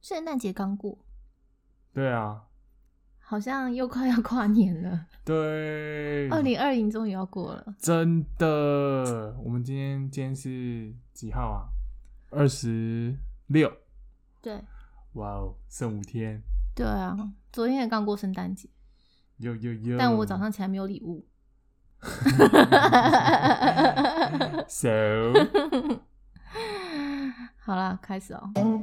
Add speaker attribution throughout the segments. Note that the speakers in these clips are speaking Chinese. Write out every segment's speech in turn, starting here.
Speaker 1: 圣诞节刚过，
Speaker 2: 对啊，
Speaker 1: 好像又快要跨年 了，
Speaker 2: 对，
Speaker 1: 二零二零终于要过了。
Speaker 2: 真的，我们今天今天是几号啊？二十六，
Speaker 1: 对，
Speaker 2: 哇哦，剩五天，
Speaker 1: 对啊，昨天也刚过圣诞节，
Speaker 2: 哟哟哟！
Speaker 1: 但我早上起来没有礼物。
Speaker 2: so
Speaker 1: 好啦，开始哦。
Speaker 3: Do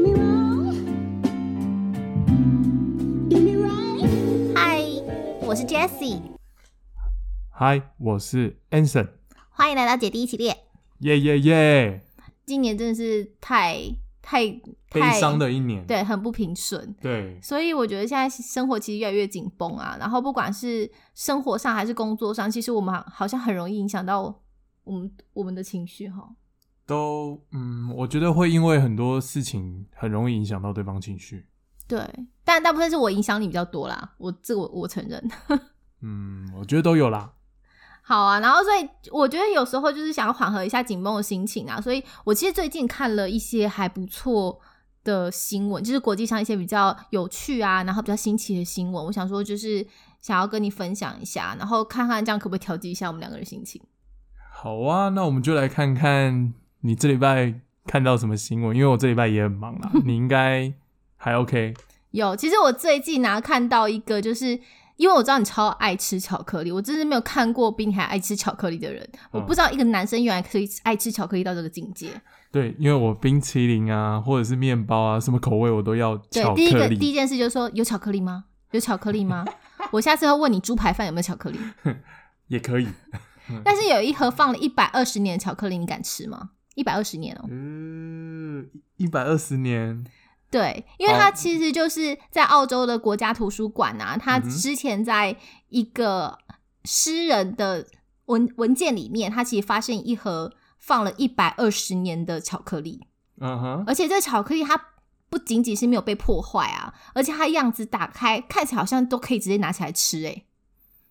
Speaker 3: me wrong. Do me right.
Speaker 1: 嗨，我是 Jessie，
Speaker 2: 嗨，我是 Anson，
Speaker 1: 欢迎来到姐弟一起列。
Speaker 2: 耶耶耶！
Speaker 1: 今年真的是太太
Speaker 2: 悲
Speaker 1: 太
Speaker 2: 伤，的一年，
Speaker 1: 对，很不平顺。
Speaker 2: 对
Speaker 1: 所以我觉得现在生活其实越来越紧绷啊，然后不管是生活上还是工作上，其实我们好好像很容易影响到我们我们的情绪哈。
Speaker 2: 都嗯，我觉得会因为很多事情很容易影响到对方情绪。
Speaker 1: 对，但大部分是我影响你比较多啦，我这个我我承认。
Speaker 2: 嗯，我觉得都有啦。
Speaker 1: 好啊，然后所以我觉得有时候就是想要缓和一下紧绷的心情啊，所以我其实最近看了一些还不错的新闻，就是国际上一些比较有趣啊，然后比较新奇的新闻，我想说就是想要跟你分享一下，然后看看这样可不可以调剂一下我们两个人心情。
Speaker 2: 好啊，那我们就来看看你这礼拜看到什么新闻，因为我这礼拜也很忙 啦，你应该还 OK。
Speaker 1: 有，其实我最近呢、啊看到一个，就是因为我知道你超爱吃巧克力，我真是没有看过比你还爱吃巧克力的人，我
Speaker 2: 嗯
Speaker 1: 不知道一个男生原来可以爱吃巧克力到这个境界。
Speaker 2: 对，因为我冰淇淋啊，或者是面包啊，什么口味我都要巧
Speaker 1: 对，第一
Speaker 2: 克
Speaker 1: 个第一
Speaker 2: 力。
Speaker 1: 件事就是说，有巧克力吗？有巧克力吗？我下次要问你猪排饭有没有巧克力。
Speaker 2: 也可以。嗯
Speaker 1: 但是有一盒放了一百二十年的巧克力，你敢吃吗？一百二十年哦、
Speaker 2: 嗯，一百二十年，
Speaker 1: 对，因为它
Speaker 2: 哦
Speaker 1: 其实就是在澳洲的国家图书馆啊，它
Speaker 2: 嗯哼
Speaker 1: 之前在一个诗人的文文件里面，它其实发现一盒放了一百二十年的巧克力，
Speaker 2: 嗯哼，
Speaker 1: 而且这巧克力它不仅仅是没有被破坏啊，而且它样子打开看起来好像都可以直接拿起来吃诶、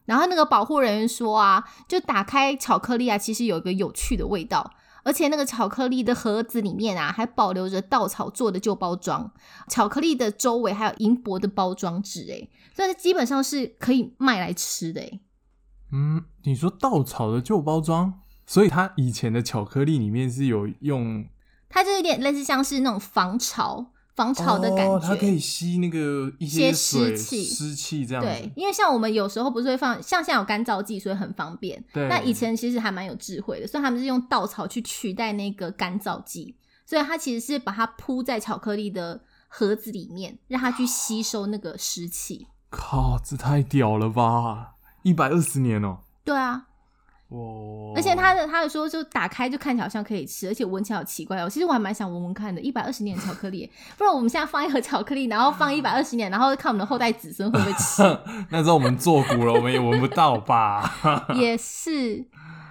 Speaker 1: 然后那个保护人员说啊，就打开巧克力啊，其实有一个有趣的味道，而且那个巧克力的盒子里面啊，还保留着稻草做的旧包装，巧克力的周围还有银箔的包装纸诶、所以它基本上是可以卖来吃的诶、欸
Speaker 2: 嗯，你说稻草的旧包装，所以它以前的巧克力里面是有用
Speaker 1: 它就有点类似像是那种防潮防潮的感觉，
Speaker 2: 哦，它可以吸那个一
Speaker 1: 些
Speaker 2: 水
Speaker 1: 湿气
Speaker 2: 湿气这样
Speaker 1: 对
Speaker 2: 子，。
Speaker 1: 因为像我们有时候不是会放，像现在有干燥剂，所以很方便。
Speaker 2: 对
Speaker 1: 那以前其实还蛮有智慧的，所以他们是用稻草去取代那个干燥剂，所以它其实是把它铺在巧克力的盒子里面，让它去吸收那个湿气。
Speaker 2: 靠，这太屌了吧！一百二十年哦、
Speaker 1: 对啊，
Speaker 2: 哇！
Speaker 1: 而且它的它的说就打开就看起来好像可以吃，而且闻起来好奇怪哦。其实我还蛮想闻闻看的，一百二十年的巧克力，不然我们现在放一盒巧克力，然后放一百二十年，然后看我们的后代子孙会不会吃。
Speaker 2: 那时候我们做古了，我们也闻不 到吧？
Speaker 1: 也是，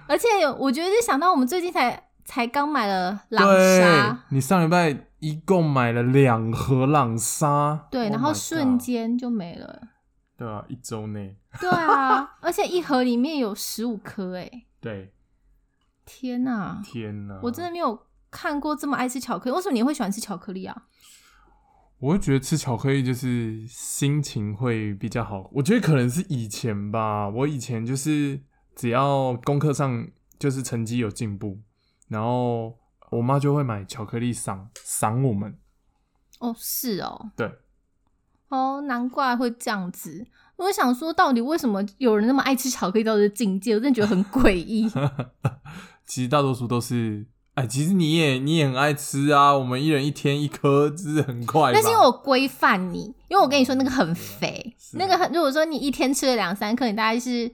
Speaker 1: 而且我觉得是想到我们最近才才刚买了狼
Speaker 2: 对
Speaker 1: 莎，，
Speaker 2: 你上礼拜一共买了两盒朗沙，
Speaker 1: 对，
Speaker 2: Oh
Speaker 1: 然后
Speaker 2: my
Speaker 1: 瞬
Speaker 2: god，
Speaker 1: 间就没了。
Speaker 2: 对啊，一周内，
Speaker 1: 对啊，而且一盒里面有十五颗，哎，
Speaker 2: 对，
Speaker 1: 天哪、
Speaker 2: 天哪！
Speaker 1: 我真的没有看过这么爱吃巧克力。为什么你会喜欢吃巧克力啊？
Speaker 2: 我会觉得吃巧克力就是心情会比较好。我觉得可能是以前吧，我以前就是只要功课上就是成绩有进步，然后我妈就会买巧克力赏赏我们。
Speaker 1: 哦，是哦，
Speaker 2: 对，
Speaker 1: 哦，难怪会这样子。我想说，到底为什么有人那么爱吃巧克力到这个境界？我真的觉得很诡异。
Speaker 2: 其实大多数都是，哎，其实你也你也很爱吃啊，我们一人一天一颗，就是很快吧。
Speaker 1: 那是因为我规范你，因为我跟你说那个很肥，
Speaker 2: 是
Speaker 1: 那个很如果说你一天吃了两三克，你大概是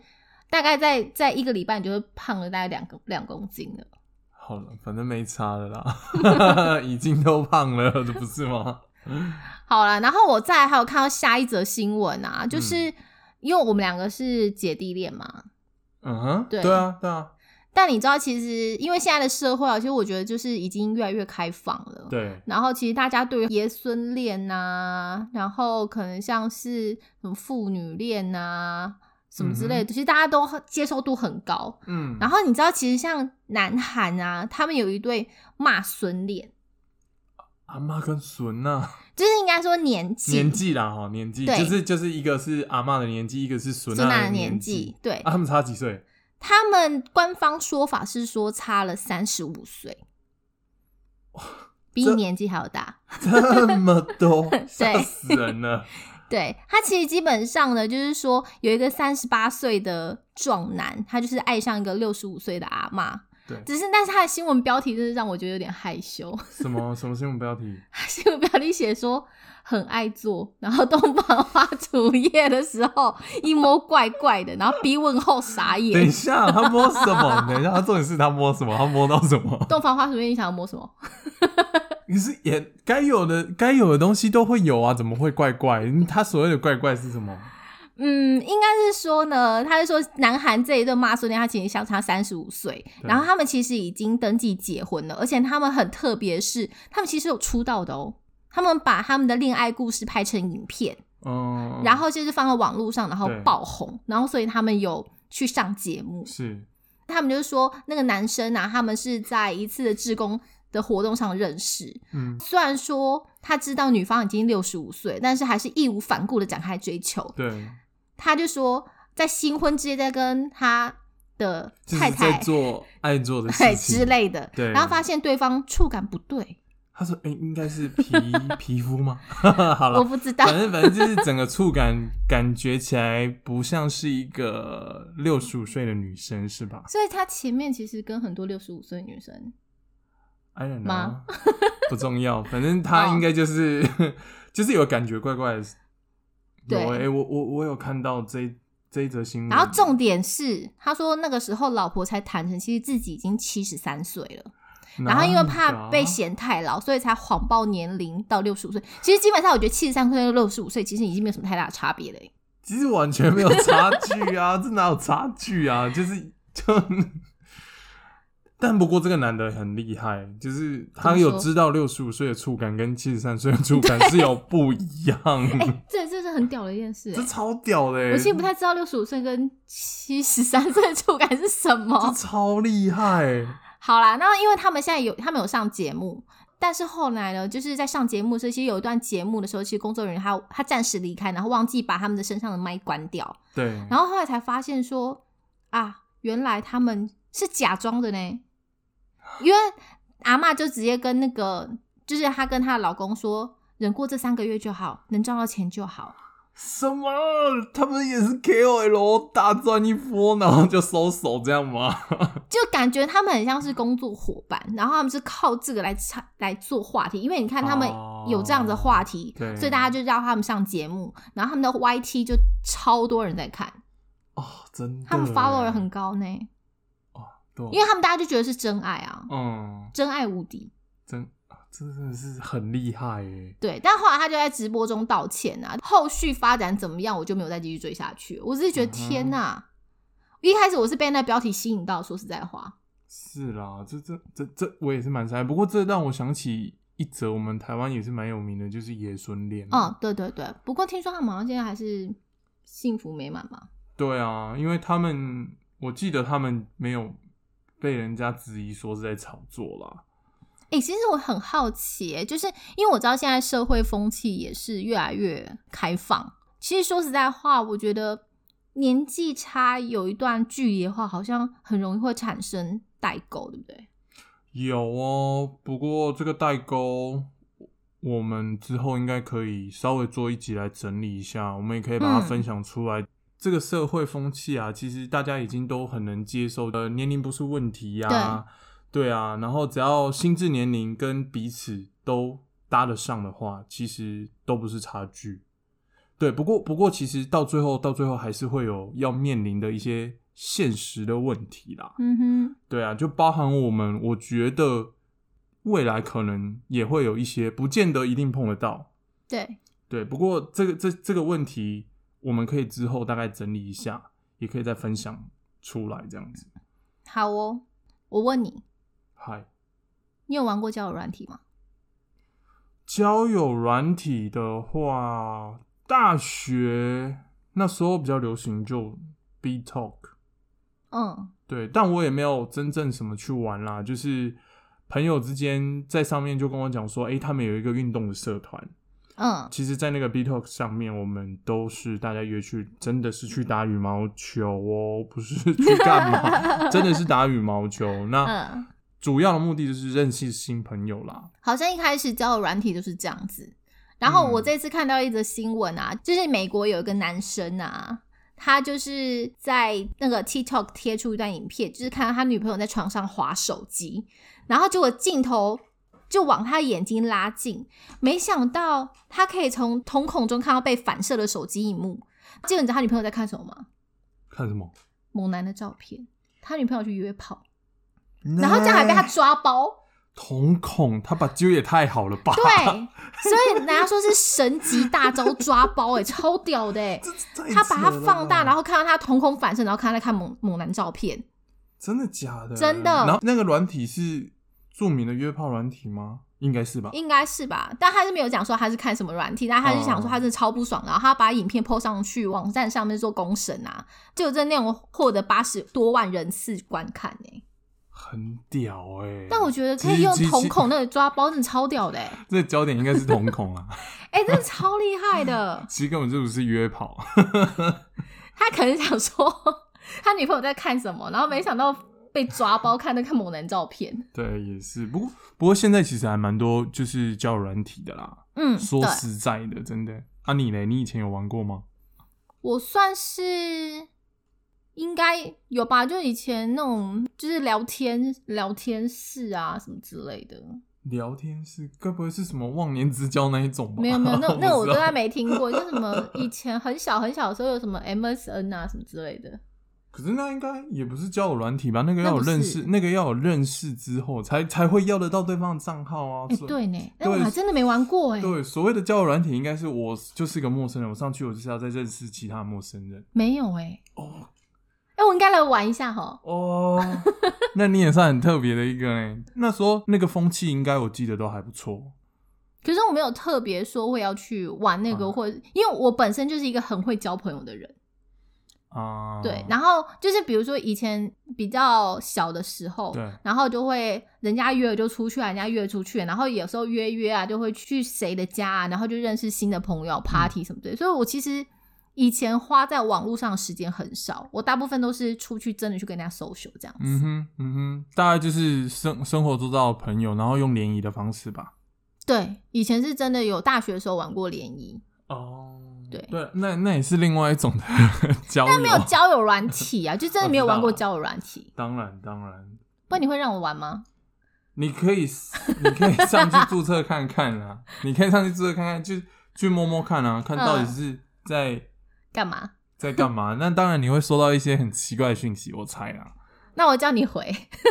Speaker 1: 大概在在一个礼拜，你就会胖了大概两公两公斤了。
Speaker 2: 好了，反正没差了啦， 已经都胖了，不是吗？
Speaker 1: 好了，然后我再来还有看到下一则新闻啊，就是、因为我们两个是姐弟恋嘛，
Speaker 2: 嗯哼，
Speaker 1: 对
Speaker 2: 对啊，对啊，
Speaker 1: 但你知道其实因为现在的社会啊，其实我觉得就是已经越来越开放了。
Speaker 2: 对，
Speaker 1: 然后其实大家对于爷孙恋呐、然后可能像是什么父女恋呐、什么之类的，其实大家都接受度很高。
Speaker 2: 嗯，
Speaker 1: 然后你知道，其实像南韩啊，他们有一对骂孙恋，
Speaker 2: 阿妈跟孙呐、
Speaker 1: 就是应该说年纪，
Speaker 2: 年纪啦哈，年纪
Speaker 1: 对
Speaker 2: 就是就是一个是阿妈的年纪，一个是孙
Speaker 1: 孙娜
Speaker 2: 娜
Speaker 1: 的
Speaker 2: 啊年
Speaker 1: 年纪，对、
Speaker 2: 啊，他们差几岁？
Speaker 1: 他们官方说法是说差了三十五岁，比你
Speaker 2: 这
Speaker 1: 年纪还要大。
Speaker 2: 这么多，吓
Speaker 1: 对
Speaker 2: 死人了。
Speaker 1: 对他其实基本上呢，就是说有一个三十八岁的壮男，他就是爱上一个六十五岁的阿嬷。
Speaker 2: 对
Speaker 1: 只是但是他的新闻标题真是让我觉得有点害羞。
Speaker 2: 什么什么新闻标题？
Speaker 1: 他新闻标题写说很爱做，然后洞房花烛夜的时候一摸怪怪的，然后逼问后傻
Speaker 2: 等一
Speaker 1: 眼。
Speaker 2: 下，他摸什 么？等一下，他重点是他摸什么？他摸到什么？
Speaker 1: 洞房花烛夜，你想要摸什么？
Speaker 2: 你是也该有的，该有的东西都会有啊，怎么会怪怪？嗯他所谓的怪怪是什么？
Speaker 1: 嗯，应该是说呢，他是说南韩这一对妈孙恋，他其实相差三十五岁，
Speaker 2: 对
Speaker 1: 然后他们其实已经登记结婚了，而且他们很特别是，他们其实有出道的哦，他们把他们的恋爱故事拍成影片，
Speaker 2: 嗯，
Speaker 1: 然后就是放到网络上，然后
Speaker 2: 对
Speaker 1: 爆红，然后所以他们有去上节目，
Speaker 2: 是
Speaker 1: 他们就是说那个男生啊，他们是在一次的志工的活动上认识，
Speaker 2: 嗯，
Speaker 1: 虽然说他知道女方已经六十五岁，但是还是义无反顾的展开追求，
Speaker 2: 对，
Speaker 1: 他就说在新婚之夜在跟他的
Speaker 2: 就
Speaker 1: 太
Speaker 2: 是在
Speaker 1: 太
Speaker 2: 做爱做的
Speaker 1: 嘿
Speaker 2: 事
Speaker 1: 之
Speaker 2: 情。
Speaker 1: 类的，
Speaker 2: 对
Speaker 1: 然后发现对方触感不对，
Speaker 2: 他说：“哎、应该 是皮皮肤吗？ 好
Speaker 1: 我
Speaker 2: 了，
Speaker 1: 不知道
Speaker 2: 反，正反正就是整个触感感觉起来不像是一个六十五岁的女生，是吧
Speaker 1: 所以他前面其实跟很多六十五岁的女生，
Speaker 2: ？I don't
Speaker 1: 吗
Speaker 2: know，不重要，反正她
Speaker 1: 哦
Speaker 2: 应该就是、 就是有感觉怪怪的。有
Speaker 1: 对
Speaker 2: 哎、我我我有看到这一这一则新闻，
Speaker 1: 然后重点是他说那个时候老婆才坦诚，其实自己已经七十三岁了，然后因为怕被
Speaker 2: 写，
Speaker 1: 嫌太老，所以才谎报年龄到六十五岁。其实基本上我觉得七十三岁到六十五岁其实已经没有什么太大的差别欸嘞、
Speaker 2: 其实完全没有差距啊， 这哪有差距啊？就是 就，但不过这个男的很厉害，就是
Speaker 1: 怎
Speaker 2: 他
Speaker 1: 么
Speaker 2: 有
Speaker 1: 说
Speaker 2: 知道六十五岁的触感跟七十三岁的触感是有不一样，
Speaker 1: 哎、这这是很屌的一件事、
Speaker 2: 这
Speaker 1: 欸。
Speaker 2: 超屌的、欸，
Speaker 1: 我其实不太知道六十五岁跟七十三岁的触感是什么
Speaker 2: 这。超厉害、
Speaker 1: 好啦，那因为他们现在有他们有上节目，但是后来呢，就是在上节目，所以其实有一段节目的时候，其实工作人员他他暂时离开，然后忘记把他们的身上的麦关掉，
Speaker 2: 对，
Speaker 1: 然后后来才发现说啊，原来他们是假装的呢，因为阿嬷就直接跟那个就是她跟她的老公说，忍过这三个月就好，能赚到钱就好。
Speaker 2: 什么？他们也是 KOL 大赚一波，然后就收手这样吗？
Speaker 1: 就感觉他们很像是工作伙伴，然后他们是靠这个来唱来做话题，因为你看他们
Speaker 2: 哦
Speaker 1: 有这样的话题，
Speaker 2: 对
Speaker 1: 所以大家就让他们上节目，然后他们的 YT 就超多人在看，
Speaker 2: 哦，真的欸，
Speaker 1: 他们 follower 很高呢，
Speaker 2: 哦多，
Speaker 1: 因为他们大家就觉得是真爱啊，
Speaker 2: 嗯，
Speaker 1: 真爱无敌。
Speaker 2: 真啊真的是很厉害耶！
Speaker 1: 对，但后来他就在直播中道歉啊，后续发展怎么样，我就没有再继续追下去了。我只是觉得
Speaker 2: 嗯哼
Speaker 1: 天呐，一开始我是被那标题吸引到，说实在话，
Speaker 2: 是啦，这这这这我也是蛮sad，不过这让我想起一则我们台湾也是蛮有名的，就是爷孙恋。
Speaker 1: 嗯，，对对对。不过听说他们好像现在还是幸福美满嘛。
Speaker 2: 对啊，因为他们我记得他们没有被人家质疑说是在炒作啦。
Speaker 1: 哎、其实我很好奇、欸，就是因为我知道现在社会风气也是越来越开放。其实说实在话，我觉得年纪差有一段距离的话，好像很容易会产生代沟，对不对？
Speaker 2: 有哦，不过这个代沟，我们之后应该可以稍微做一集来整理一下，我们也可以把它
Speaker 1: 嗯
Speaker 2: 分享出来。这个社会风气啊，其实大家已经都很能接受，呃，年龄不是问题呀、对啊，然后只要心智年龄跟彼此都搭得上的话，其实都不是差距。对，不过不过，其实到最后到最后还是会有要面临的一些现实的问题啦。
Speaker 1: 嗯哼，
Speaker 2: 对啊，就包含我们，我觉得未来可能也会有一些，不见得一定碰得到。
Speaker 1: 对，
Speaker 2: 对，不过这个这这个问题，我们可以之后大概整理一下，也可以再分享出来这样子。
Speaker 1: 好哦。我问你，
Speaker 2: 嗨，
Speaker 1: 你有玩过交友软体吗？
Speaker 2: 交友软体的话，大学那时候比较流行就 B Talk，
Speaker 1: 嗯，
Speaker 2: 对，但我也没有真正什么去玩啦，就是朋友之间在上面就跟我讲说，诶、他们有一个运动的社团。
Speaker 1: 嗯
Speaker 2: 其实，在那个 B Talk 上面，我们都是大家约去，真的是去打羽毛球哦，不是去干 嘛，真的是打羽毛球。那
Speaker 1: 嗯，
Speaker 2: 主要的目的就是认识新朋友啦。
Speaker 1: 好像一开始交友软体就是这样子。然后我
Speaker 2: 嗯
Speaker 1: 这次看到一则新闻啊，就是美国有一个男生啊，他就是在那个 TikTok 贴出一段影片，就是看到他女朋友在床上划手机，然后结果镜头就往他眼睛拉近，没想到他可以从瞳孔中看到被反射的手机荧幕。结果你知道他女朋友在看什么吗？
Speaker 2: 看什么？
Speaker 1: 猛男的照片，他女朋友去约炮，然后这样还被他
Speaker 2: 那
Speaker 1: 抓包。
Speaker 2: 瞳孔，他把揪也太好了 吧？
Speaker 1: 对，所以人家说是神级大招抓包、欸，哎，超屌的、 欸，
Speaker 2: 这太
Speaker 1: 他把它
Speaker 2: 扯了
Speaker 1: 放大，
Speaker 2: 啦
Speaker 1: 然后看到他瞳孔反射，然后看他在看猛猛男照片，
Speaker 2: 真的假的？
Speaker 1: 真的
Speaker 2: 然后那个软体是著名的约炮软体吗？应该是吧。
Speaker 1: 应该是吧？但他是没有讲说他是看什么软体，但他就想说他真的超不爽，然后他把影片 PO 上去网站上面做公审啊，就这内容获得八十多万人次观看呢、欸。
Speaker 2: 很屌哎、
Speaker 1: 但我觉得可以用
Speaker 2: 其实
Speaker 1: 瞳孔，那里抓包，真的超屌的、欸，
Speaker 2: 其实这焦点应该是瞳孔啊，
Speaker 1: 哎、真的超厉害的。
Speaker 2: 其实根本就不是约炮，啊
Speaker 1: 他可能想说 他女朋友在看什么，然后没想到被抓包看那个猛男照片。
Speaker 2: 对，也是。不过不过现在其实还蛮多就是交友软体的啦，
Speaker 1: 嗯，
Speaker 2: 说
Speaker 1: 对，
Speaker 2: 实在的，真的。啊你嘞？你以前有玩过吗？
Speaker 1: 我算是应该有吧，就以前那种就是聊天聊天室啊什么之类的，
Speaker 2: 聊天室该不会是什么忘年之交那一种吧？
Speaker 1: 没有没 有，那那我
Speaker 2: 不知
Speaker 1: 都
Speaker 2: 道
Speaker 1: 还没听过，就什 么以前很小很小的时候有什么 MSN 啊什么之类的，
Speaker 2: 可是那应该也不是交友软体吧？那个要有
Speaker 1: 那不是
Speaker 2: 认识，那个要有认识之后才才会要得到对方的账号啊。
Speaker 1: 哎、
Speaker 2: 所以
Speaker 1: 对呢，那
Speaker 2: 对
Speaker 1: 我还真的没玩过哎、
Speaker 2: 对，所谓的交友软体应该是我就是一个陌生人，我上去我就是要再认识其他的陌生人。
Speaker 1: 没有哎、
Speaker 2: 哦
Speaker 1: 哎、我应该来玩一下哈。
Speaker 2: 哦， 那你也算很特别的一个哎。那时候那个风气应该我记得都还不错。
Speaker 1: 可是我没有特别说会要去玩那个，
Speaker 2: 嗯
Speaker 1: 或者因为我本身就是一个很会交朋友的人，
Speaker 2: 啊、
Speaker 1: 对。然后就是比如说以前比较小的时候
Speaker 2: 对，
Speaker 1: 然后就会人家约了就出去啊，人家约了出去，然后有时候约约啊，就会去谁的家啊，然后就认识新的朋友、party
Speaker 2: 嗯
Speaker 1: 什么的。所以我其实以前花在网络上的时间很少，我大部分都是出去真的去跟人家 social 这样子。
Speaker 2: 嗯哼，嗯哼，大概就是生生活周遭的朋友，然后用联谊的方式吧。
Speaker 1: 对，以前是真的有大学的时候玩过联谊，
Speaker 2: 哦，
Speaker 1: 对
Speaker 2: 对，那那也是另外一种的 交啊友。
Speaker 1: 但没有 交友软体啊，就真的没有玩过
Speaker 2: 我知道
Speaker 1: 交友软体。
Speaker 2: 当然当然，
Speaker 1: 不然你会让我玩吗？
Speaker 2: 你可以你可以上去注册看看啦， 你可以上去注册看看，就去摸摸看啊，看
Speaker 1: 嗯
Speaker 2: 到底是在、
Speaker 1: 干嘛？
Speaker 2: 在干嘛。那当然你会收到一些很奇怪的讯息，我猜啊啦，
Speaker 1: 那我叫你回，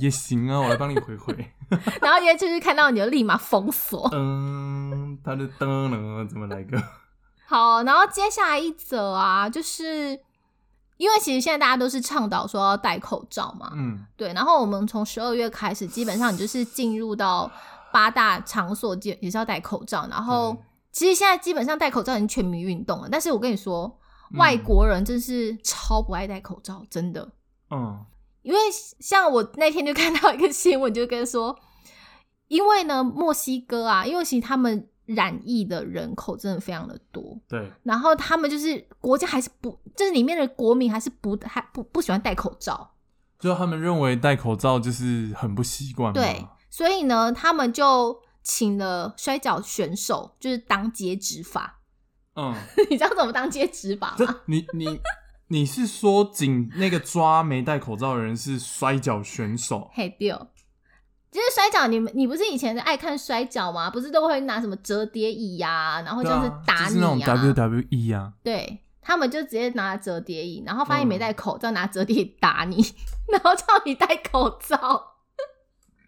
Speaker 2: 也行啊，我来帮你回回。
Speaker 1: 然后你就是看到你就立马封锁。
Speaker 2: 嗯，他的 噔了，怎么来个？
Speaker 1: 好，然后接下来一则啊，就是因为其实现在大家都是倡导说要戴口罩嘛，
Speaker 2: 嗯，
Speaker 1: 对。然后我们从十二月开始，基本上你就是进入到八大场所，也也是要戴口罩。然后
Speaker 2: 对
Speaker 1: 其实现在基本上戴口罩已经全民运动了，但是我跟你说，
Speaker 2: 嗯
Speaker 1: 外国人真是超不爱戴口罩，真的。
Speaker 2: 嗯，
Speaker 1: 因为像我那天就看到一个新闻，就跟说，因为呢，墨西哥啊，因为其实他们染疫的人口真的非常的多，
Speaker 2: 对，
Speaker 1: 然后他们就是国家还是不，就是里面的国民还是不还不不喜欢戴口罩，
Speaker 2: 就他们认为戴口罩就是很不习惯嘛。
Speaker 1: 对，所以呢，他们就请了摔跤选手，就是当街执法。
Speaker 2: 嗯，
Speaker 1: 你知道怎么当街执法
Speaker 2: 这
Speaker 1: 吗？
Speaker 2: 你你你是说仅那个抓没戴口罩的人是摔跤选手？
Speaker 1: 嘿丢。就是摔跤，你们你不是以前爱看摔跤吗？不是都会拿什么折叠椅呀、然后
Speaker 2: 对
Speaker 1: 哦像是
Speaker 2: 啊
Speaker 1: 打
Speaker 2: 就
Speaker 1: 你
Speaker 2: 是那种 WWE 啊，
Speaker 1: 对他们就直接拿折叠椅，然后发现
Speaker 2: 嗯
Speaker 1: 没戴口罩，拿折叠椅打你， 然后叫你戴口罩。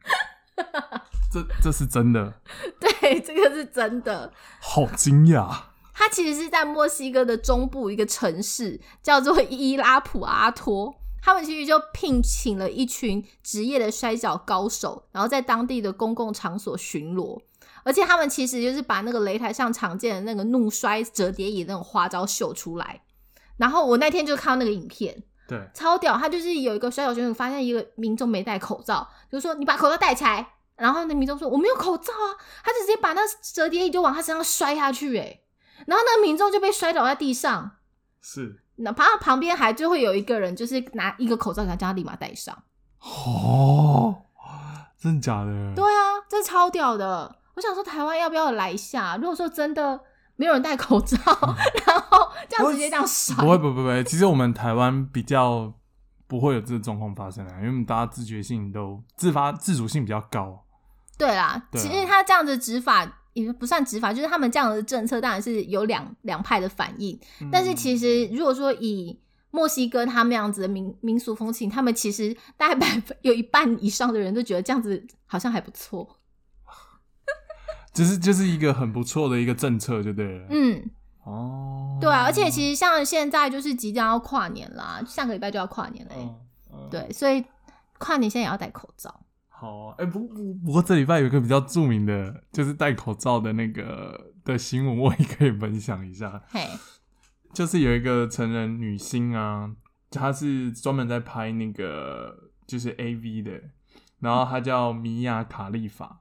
Speaker 2: 这这是真的，
Speaker 1: 对，这个是真的。
Speaker 2: 好惊讶。
Speaker 1: 它其实是在墨西哥的中部一个城市，叫做伊拉普阿托。他们其实就聘请了一群职业的摔跤高手，然后在当地的公共场所巡逻。而且他们其实就是把那个擂台上常见的那个怒摔折叠椅那种花招秀出来。然后我那天就看到那个影片，
Speaker 2: 对，
Speaker 1: 超屌！他就是有一个小小选手发现一个民众没戴口罩，就说你把口罩戴起来。然后那民众说我没有口罩啊，他就直接把那折叠椅就往他身上摔下去、欸，哎，然后那个民众就被摔倒在地上。
Speaker 2: 是
Speaker 1: 那旁旁边还就会有一个人，就是拿一个口罩给他，叫他立马戴上。
Speaker 2: 哦，真的假的？
Speaker 1: 对啊，这超屌的！我想说台湾要不要来一下？啊如果说真的没有人戴口罩， 然后这样直接这样甩，
Speaker 2: 不会，不不不会，其实我们台湾比较不会有这个状况发生啊，因为我们大家自觉性都自发自主性比较高。
Speaker 1: 对啦，
Speaker 2: 对啊
Speaker 1: 其实他这样的执法也不算执法，就是他们这样的政策当然是有两两派的反应。但
Speaker 2: 嗯
Speaker 1: 是其实如果说以墨西哥他们那样子的民民俗风情，他们其实大概百分有一半以上的人都觉得这样子好像还不错。
Speaker 2: 就是就是一个很不错的一个政策，就对了。，
Speaker 1: 嗯，
Speaker 2: 哦，
Speaker 1: 对啊，而且其实像现在就是即将要跨年啦，下个礼拜就要跨年了欸、
Speaker 2: 嗯，嗯，
Speaker 1: 对，所以跨年现在也要戴口罩。
Speaker 2: 好啊。哎、不不不过这礼拜有一个比较著名的，就是戴口罩的那个的新闻，我也可以分享一下。
Speaker 1: 嘿，
Speaker 2: 就是有一个成人女星啊，她是专门在拍那个就是 A V 的，然后她叫米娅卡利法，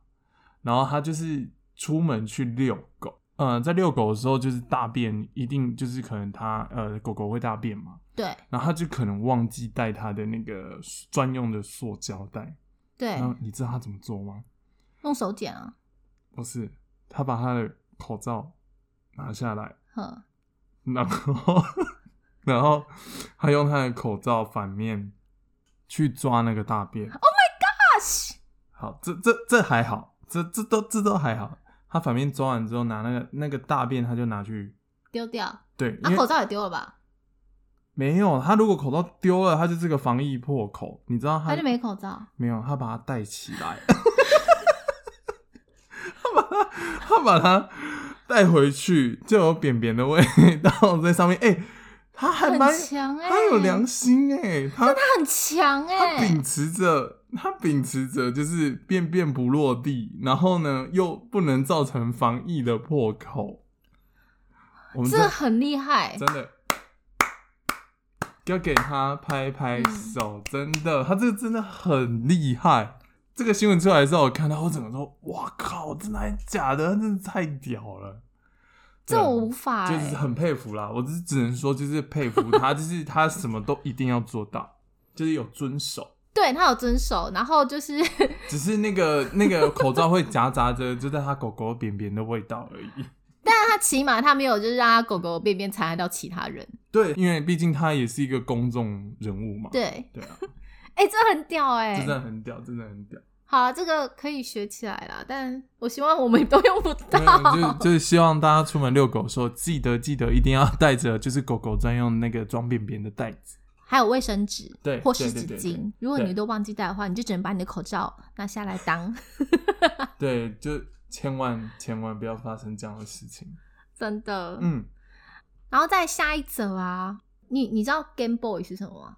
Speaker 2: 然后她就是出门去遛狗，呃，在遛狗的时候就是大便一定就是可能她呃狗狗会大便嘛，
Speaker 1: 对
Speaker 2: 然后她就可能忘记带她的那个专用的塑胶袋，
Speaker 1: 对
Speaker 2: 然，后你知道她怎么做吗？
Speaker 1: 用手剪啊，
Speaker 2: 不是，她把她的口罩拿下来，
Speaker 1: 哼，啊
Speaker 2: 然后然后他用他的口罩反面去抓那个大便。
Speaker 1: 啊西
Speaker 2: 好，这这这还好，这这都这都还好。他反面抓完之后，拿那个那个大便，他就拿去
Speaker 1: 丢掉，啊，
Speaker 2: 对，因为
Speaker 1: 口罩也丢了吧？
Speaker 2: 没有他如果口罩丢了，他就是个防疫破口，你知道他
Speaker 1: 他就没口罩。
Speaker 2: 没有，他把它戴起来， 他把它他把它带回去，就有便便的味道在上面。哎、他还蛮
Speaker 1: 很强哎、
Speaker 2: 他有良心哎、他
Speaker 1: 他很强哎、
Speaker 2: 他秉持着他秉持着就是便便不落地，然后呢又不能造成防疫的破口。我们
Speaker 1: 这
Speaker 2: 真
Speaker 1: 很厉害，
Speaker 2: 真的要给他拍拍手，真的，他这个真的很厉害。这个新闻出来之后，我看到我整个说：“哇靠，真的还假的？他真的太屌了！”
Speaker 1: 这
Speaker 2: 对
Speaker 1: 我无法、
Speaker 2: 就
Speaker 1: 哎
Speaker 2: 是很佩服啦。我只是只能说，就是佩服他，就是他什么都一定要做到，就是有遵守。
Speaker 1: 对他有遵守，然后就是
Speaker 2: 只是那个那个口罩会夹杂着，就是他狗狗便便的味道而已。
Speaker 1: 他起码他没有就是让他狗狗便便残害到其他人，
Speaker 2: 对，因为毕竟他也是一个公众人物嘛。
Speaker 1: 对，
Speaker 2: 对啊，
Speaker 1: 哎、这很屌哎、
Speaker 2: 这真的很屌，真的 很屌。
Speaker 1: 好啊，这个可以学起来啦，但我希望我们都 用不
Speaker 2: 没有
Speaker 1: 到。
Speaker 2: 就是就是希望大家出门遛狗的时候，记得记得一定要带着就是狗狗专用那个装便便的袋子。
Speaker 1: 还有卫生纸，
Speaker 2: 对
Speaker 1: 或是
Speaker 2: 对
Speaker 1: 纸
Speaker 2: 对对对
Speaker 1: 巾。如果你都忘记带的话，你就只能把你的口罩拿下来当，
Speaker 2: 对，就千万千万不要发生这样的事情。
Speaker 1: 真的。
Speaker 2: 嗯，
Speaker 1: 然后再下一则啊，你你知道 Game Boy 是什么吗？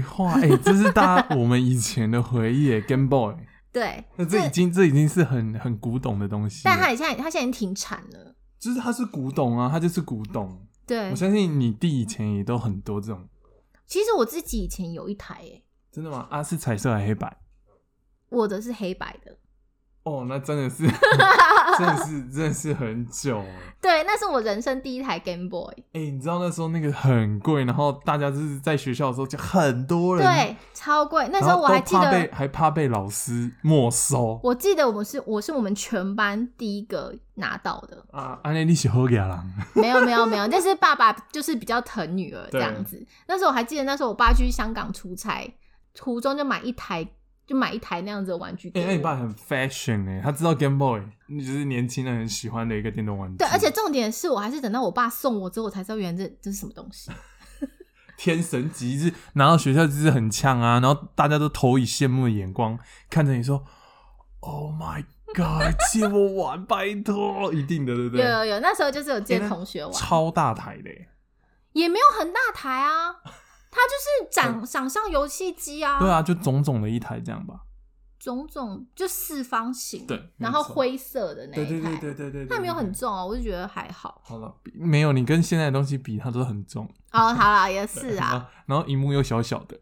Speaker 2: 话，哎、这是大家我们以前的回忆耶，Game 哎 Boy。
Speaker 1: 对，
Speaker 2: 那这已经这已经是很很古董的东西了，
Speaker 1: 但它也现在它现在已经停产了。
Speaker 2: 就是它是古董啊，它就是古董。
Speaker 1: 对
Speaker 2: 我，相信你弟以前也都很多这种，
Speaker 1: 其实我自己以前有一台诶、
Speaker 2: 真的吗？啊，是彩色还是黑白？
Speaker 1: 我的是黑白的，
Speaker 2: 哦，那真的 是，真的是，真的是很久了。
Speaker 1: 对，那是我人生第一台 Game Boy，
Speaker 2: 哎、你知道那时候那个很贵，然后大家就是在学校的时候就很多人，，
Speaker 1: 对，超贵。那时
Speaker 2: 然
Speaker 1: 候
Speaker 2: 后
Speaker 1: 我
Speaker 2: 都
Speaker 1: 还记
Speaker 2: 怕被
Speaker 1: 得，
Speaker 2: 还怕被老师没收
Speaker 1: 我记得我们是我是我们全班第一个拿到的，
Speaker 2: 啊！安内利喜喝给郎，
Speaker 1: 没有没有没有，但是爸爸就是比较疼女儿这
Speaker 2: 对
Speaker 1: 样子。那时候我还记得，那时候我爸去香港出差，途中就买一台，就买一台那样子的玩具给
Speaker 2: 哎、
Speaker 1: 我。
Speaker 2: 那你爸很 fashion 哎、他知道 Game Boy，就是年轻人很喜欢的一个电动玩具，
Speaker 1: 对，而且重点是我还是等到我爸送我之后，我才知道原来这这是什么东西。
Speaker 2: 天神级是拿到学校就是很呛啊，然后大家都投以羡慕的眼光看着你说，Oh my God，借我玩，拜托，一定的，对不
Speaker 1: 有
Speaker 2: 对？
Speaker 1: 有有，那时候就是有借
Speaker 2: 哎那
Speaker 1: 同学玩，
Speaker 2: 超大台的欸、
Speaker 1: 也没有很大台 啊，它就是掌掌上游戏机啊。
Speaker 2: 对，啊，就种种的一台这样吧。
Speaker 1: 种种就四方形，
Speaker 2: 对
Speaker 1: 然后
Speaker 2: 没错
Speaker 1: 灰色的那
Speaker 2: 对
Speaker 1: 一
Speaker 2: 对对
Speaker 1: 派，
Speaker 2: 对对对，
Speaker 1: 它没有
Speaker 2: 对
Speaker 1: 很。重哦，我就觉得还好。
Speaker 2: 好了，比没有你跟现在的东西比，它都很重。
Speaker 1: 哦，好啦，也
Speaker 2: 对
Speaker 1: 是啊，。
Speaker 2: 然后荧幕又小小的，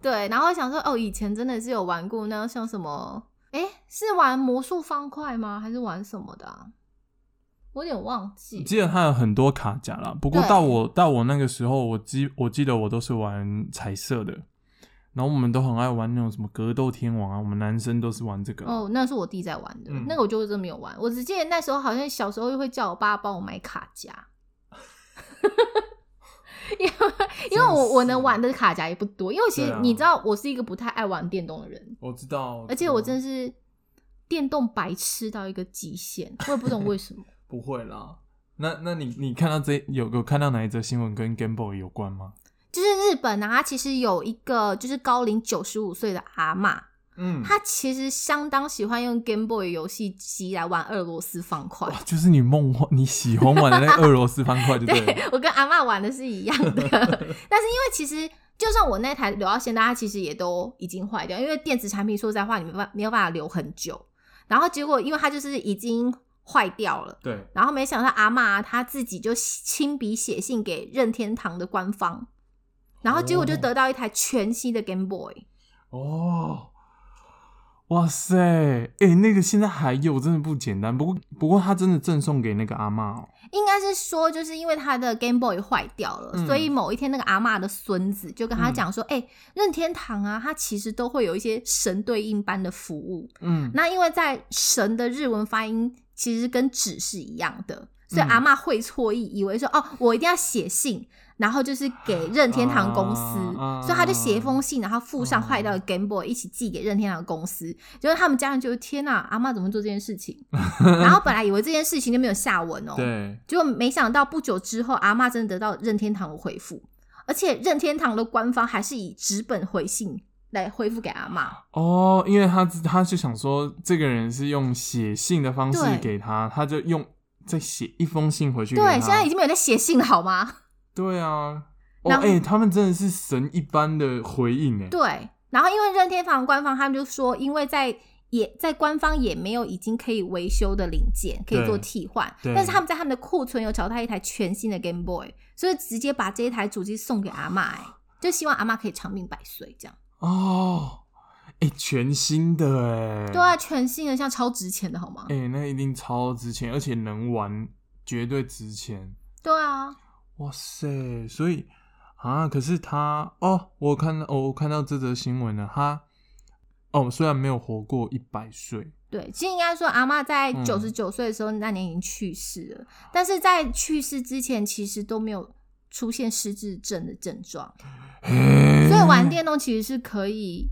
Speaker 1: 对。然后想说，哦，以前真的是有玩过那像什么，诶，是玩魔术方块吗？还是玩什么的、啊？我有点忘记。
Speaker 2: 记得它有很多卡夹啦。不过
Speaker 1: 对
Speaker 2: 到我到我那个时候，我记我记得我都是玩彩色的，然后我们都很爱玩那种什么格斗天王啊，我们男生都是玩这个。
Speaker 1: 哦，那是我弟在玩的，
Speaker 2: 嗯
Speaker 1: 那个我就真的没有玩。我只记得那时候好像小时候又会叫我爸帮我买卡夹， 因为因为我我能玩的卡夹也不多，因为其
Speaker 2: 对
Speaker 1: 实
Speaker 2: 啊
Speaker 1: 你知道我是一个不太爱玩电动的人，
Speaker 2: 我知道，
Speaker 1: 而且我真
Speaker 2: 的
Speaker 1: 的是电动白痴到一个极限，我也不 懂为什么。
Speaker 2: 不会啦。那那你你看到这有有看到哪一则新闻跟 Game Boy 有关吗？
Speaker 1: 就是日本啊，它其实有一个就是高龄九十五岁的阿嬷，
Speaker 2: 嗯，
Speaker 1: 她其实相当喜欢用 Game Boy 游戏机来玩俄罗斯方块。
Speaker 2: 哇，就是你梦幻你喜欢玩的那个俄罗斯方块，对不对了？
Speaker 1: 对 我跟阿嬷玩的是一样的，但是因为其实就算我那台留到现在，它其实也都已经坏掉，因为电子产品说实在话，你没办没有办法留很久。然后结果因为它就是已经坏掉了，
Speaker 2: 对，
Speaker 1: 然后没想到阿嬷她自己就亲笔写信给任天堂的官方，然后结果就得到一台全新的 Game Boy。
Speaker 2: 哦，哇塞，哎、那个现在还有，真的不简单。不过，不过他真的赠送给那个阿嬷哦。
Speaker 1: 应该是说，就是因为他的 Game Boy 坏掉了，
Speaker 2: 嗯
Speaker 1: 所以某一天那个阿嬷的孙子就跟他讲说：“哎、任天堂啊，它其实都会有一些神对应般的服务。
Speaker 2: 嗯，
Speaker 1: 那因为在神的日文发音其实跟纸是一样的，所以
Speaker 2: 嗯
Speaker 1: 阿嬷会错意，以为说哦，我一定要写信，然后就是给任天堂公司，
Speaker 2: 啊嗯啊
Speaker 1: 所以他就写一封信，然后附上坏掉的 Game Boy 一起寄给任天堂公司。结果他们家人就天呐、阿嬷怎么做这件事 情？然后本来以为这件事情就没有下文哦，
Speaker 2: 对，
Speaker 1: 结果没想到不久之后，阿嬷真的得到任天堂的回复，而且任天堂的官方还是以纸本回信来回复给阿嬷。
Speaker 2: 哦，因为他他就想说，这个人是用写信的方式
Speaker 1: 对
Speaker 2: 给他，他就用再写一封信回去给他。
Speaker 1: 对，现在已经没有在写信了，好吗？
Speaker 2: 对啊。哦，
Speaker 1: 然后
Speaker 2: 哎、他们真的是神一般的回应哎。
Speaker 1: 对，然后因为任天堂官方他们就说，因为在也在官方也没有已经可以维修的零件可以做
Speaker 2: 对
Speaker 1: 替换，
Speaker 2: 对
Speaker 1: 但是他们在他们的库存有找到一台全新的 Game Boy，所以直接把这一台主机送给阿嬷、哎就希望阿嬷可以长命百岁这样。
Speaker 2: 哦，哎、全新的哎。
Speaker 1: 对啊，全新的像超值钱的好吗？
Speaker 2: 哎、那一定超值钱，而且能玩绝对值钱。
Speaker 1: 对啊，
Speaker 2: 哇塞！所以啊，可是他哦，我看到、哦、我看到这则新闻了，他哦虽然没有活过一百岁，
Speaker 1: 对，其实应该说阿嬷在
Speaker 2: 嗯
Speaker 1: 九十九岁的时候那年已经去世了，但是在去世之前其实都没有出现失智症的症状，
Speaker 2: 嗯
Speaker 1: 所
Speaker 2: 所
Speaker 1: 以玩电动其实是可以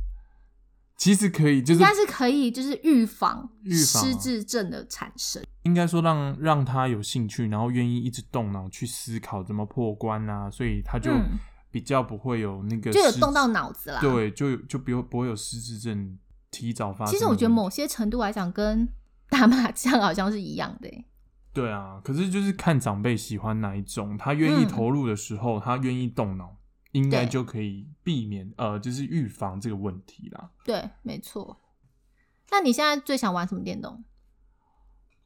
Speaker 2: 其实可以，就
Speaker 1: 应
Speaker 2: 是
Speaker 1: 该是可以，就是预防
Speaker 2: 预防啊
Speaker 1: 失智症的产生。
Speaker 2: 应该说让让他有兴趣，然后愿意一直动脑去思考怎么破关啊，所以他就
Speaker 1: 嗯
Speaker 2: 比较不会有那个
Speaker 1: 就有
Speaker 2: 失
Speaker 1: 动到脑子啦
Speaker 2: 对，就有就不会不会有失智症提早发生的问题。
Speaker 1: 其实我觉得某些程度来讲，跟打麻将好像是一样的欸、
Speaker 2: 对啊，可是就是看长辈喜欢哪一种，他愿意
Speaker 1: 嗯
Speaker 2: 投入的时候，他愿意动脑，应该
Speaker 1: 对
Speaker 2: 就可以避免呃，就是预防这个问题啦。
Speaker 1: 对，没错。那你现在最想玩什么电动？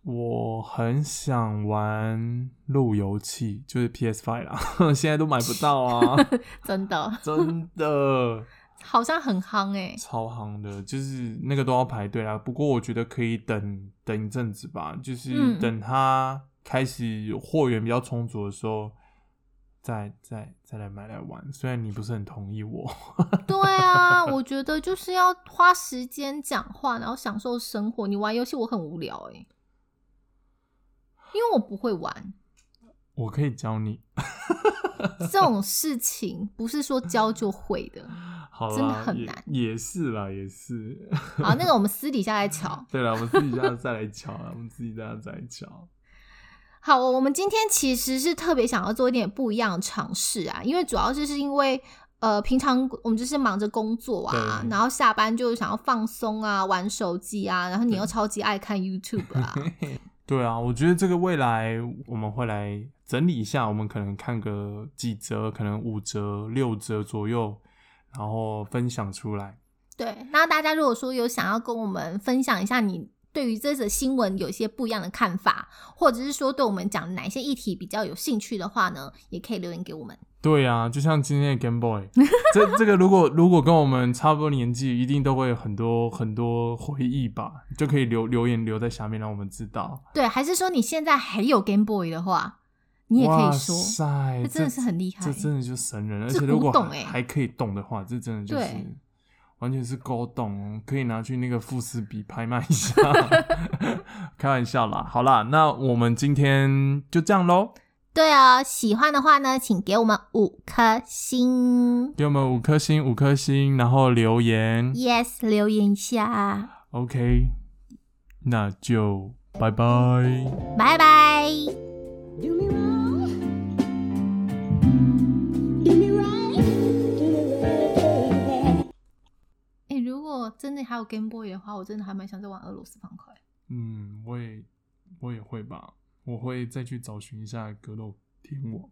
Speaker 2: 我很想玩路由器， 就是 PS Five 啦， 现在都买不 到啊，
Speaker 1: 真的
Speaker 2: 真的
Speaker 1: 好像很夯哎、
Speaker 2: 超行的，就是那个都要排队啦。不过我觉得可以等等一阵子吧，就是
Speaker 1: 嗯
Speaker 2: 等它开始货源比较充足的时候。再再再来买来玩，虽然你不是很同意我，
Speaker 1: 对啊，我觉得就是要花时间讲话，然后享受生活。你玩游戏我很无聊哎、因为我不会玩
Speaker 2: 我可以教你。
Speaker 1: 这种事情，不是说教就会的。
Speaker 2: 好啦，
Speaker 1: 真的很难
Speaker 2: 也，也是啦，也是。
Speaker 1: 好，那个我们私底下来瞧。
Speaker 2: 对了，我们自己家再来瞧啦，我们自己家再来瞧。
Speaker 1: 好，我们今天其实是特别想要做一点不一样的尝试啊，因为主要就是因为呃，平常我们就是忙着工作啊
Speaker 2: 对，
Speaker 1: 然后下班就想要放松啊，玩手机啊，然后你又超级爱看 YouTube 啊，
Speaker 2: 对啊，我觉得这个未来我们会来整理一下，我们可能看个几折，可能五折、六折左右，然后分享出来。
Speaker 1: 对，那大家如果说有想要跟我们分享一下你对于这则新闻有一些不一样的看法，或者是说对我们讲哪些议题比较有兴趣的话呢，也可以留言给我们。
Speaker 2: 对啊，就像今天的 Game Boy，这这个如果如果跟我们差不多年纪，一定都会有很多很多回忆吧，就可以留留言留在下面，让我们知道。
Speaker 1: 对，还是说你现在还有 Game Boy 的话，你也可
Speaker 2: 哇
Speaker 1: 以说，
Speaker 2: 塞，
Speaker 1: 这真的是很厉害
Speaker 2: 这真的就神人，而
Speaker 1: 这
Speaker 2: 且如果
Speaker 1: 古董
Speaker 2: 还
Speaker 1: 欸
Speaker 2: 还可以动的话，这真的就是
Speaker 1: 对
Speaker 2: 完全是勾动，可以拿去那个富士比拍卖一 下。开玩笑啦，好啦，那我们今天就这样喽，
Speaker 1: 对哦。喜欢的话呢，请给我们五颗星
Speaker 2: 给我们五颗星，五颗星，然后留言。
Speaker 1: ，yes，留言一下，
Speaker 2: OK，那就拜拜。
Speaker 1: 拜拜。
Speaker 3: Do me wrong. Do me right. Do me right. baby.
Speaker 1: 哎、如果真的还有 Game Boy 的话，我真的还蛮想再玩俄罗斯方块。
Speaker 2: 嗯，我也我也会吧，我会再去找寻一下格斗天王。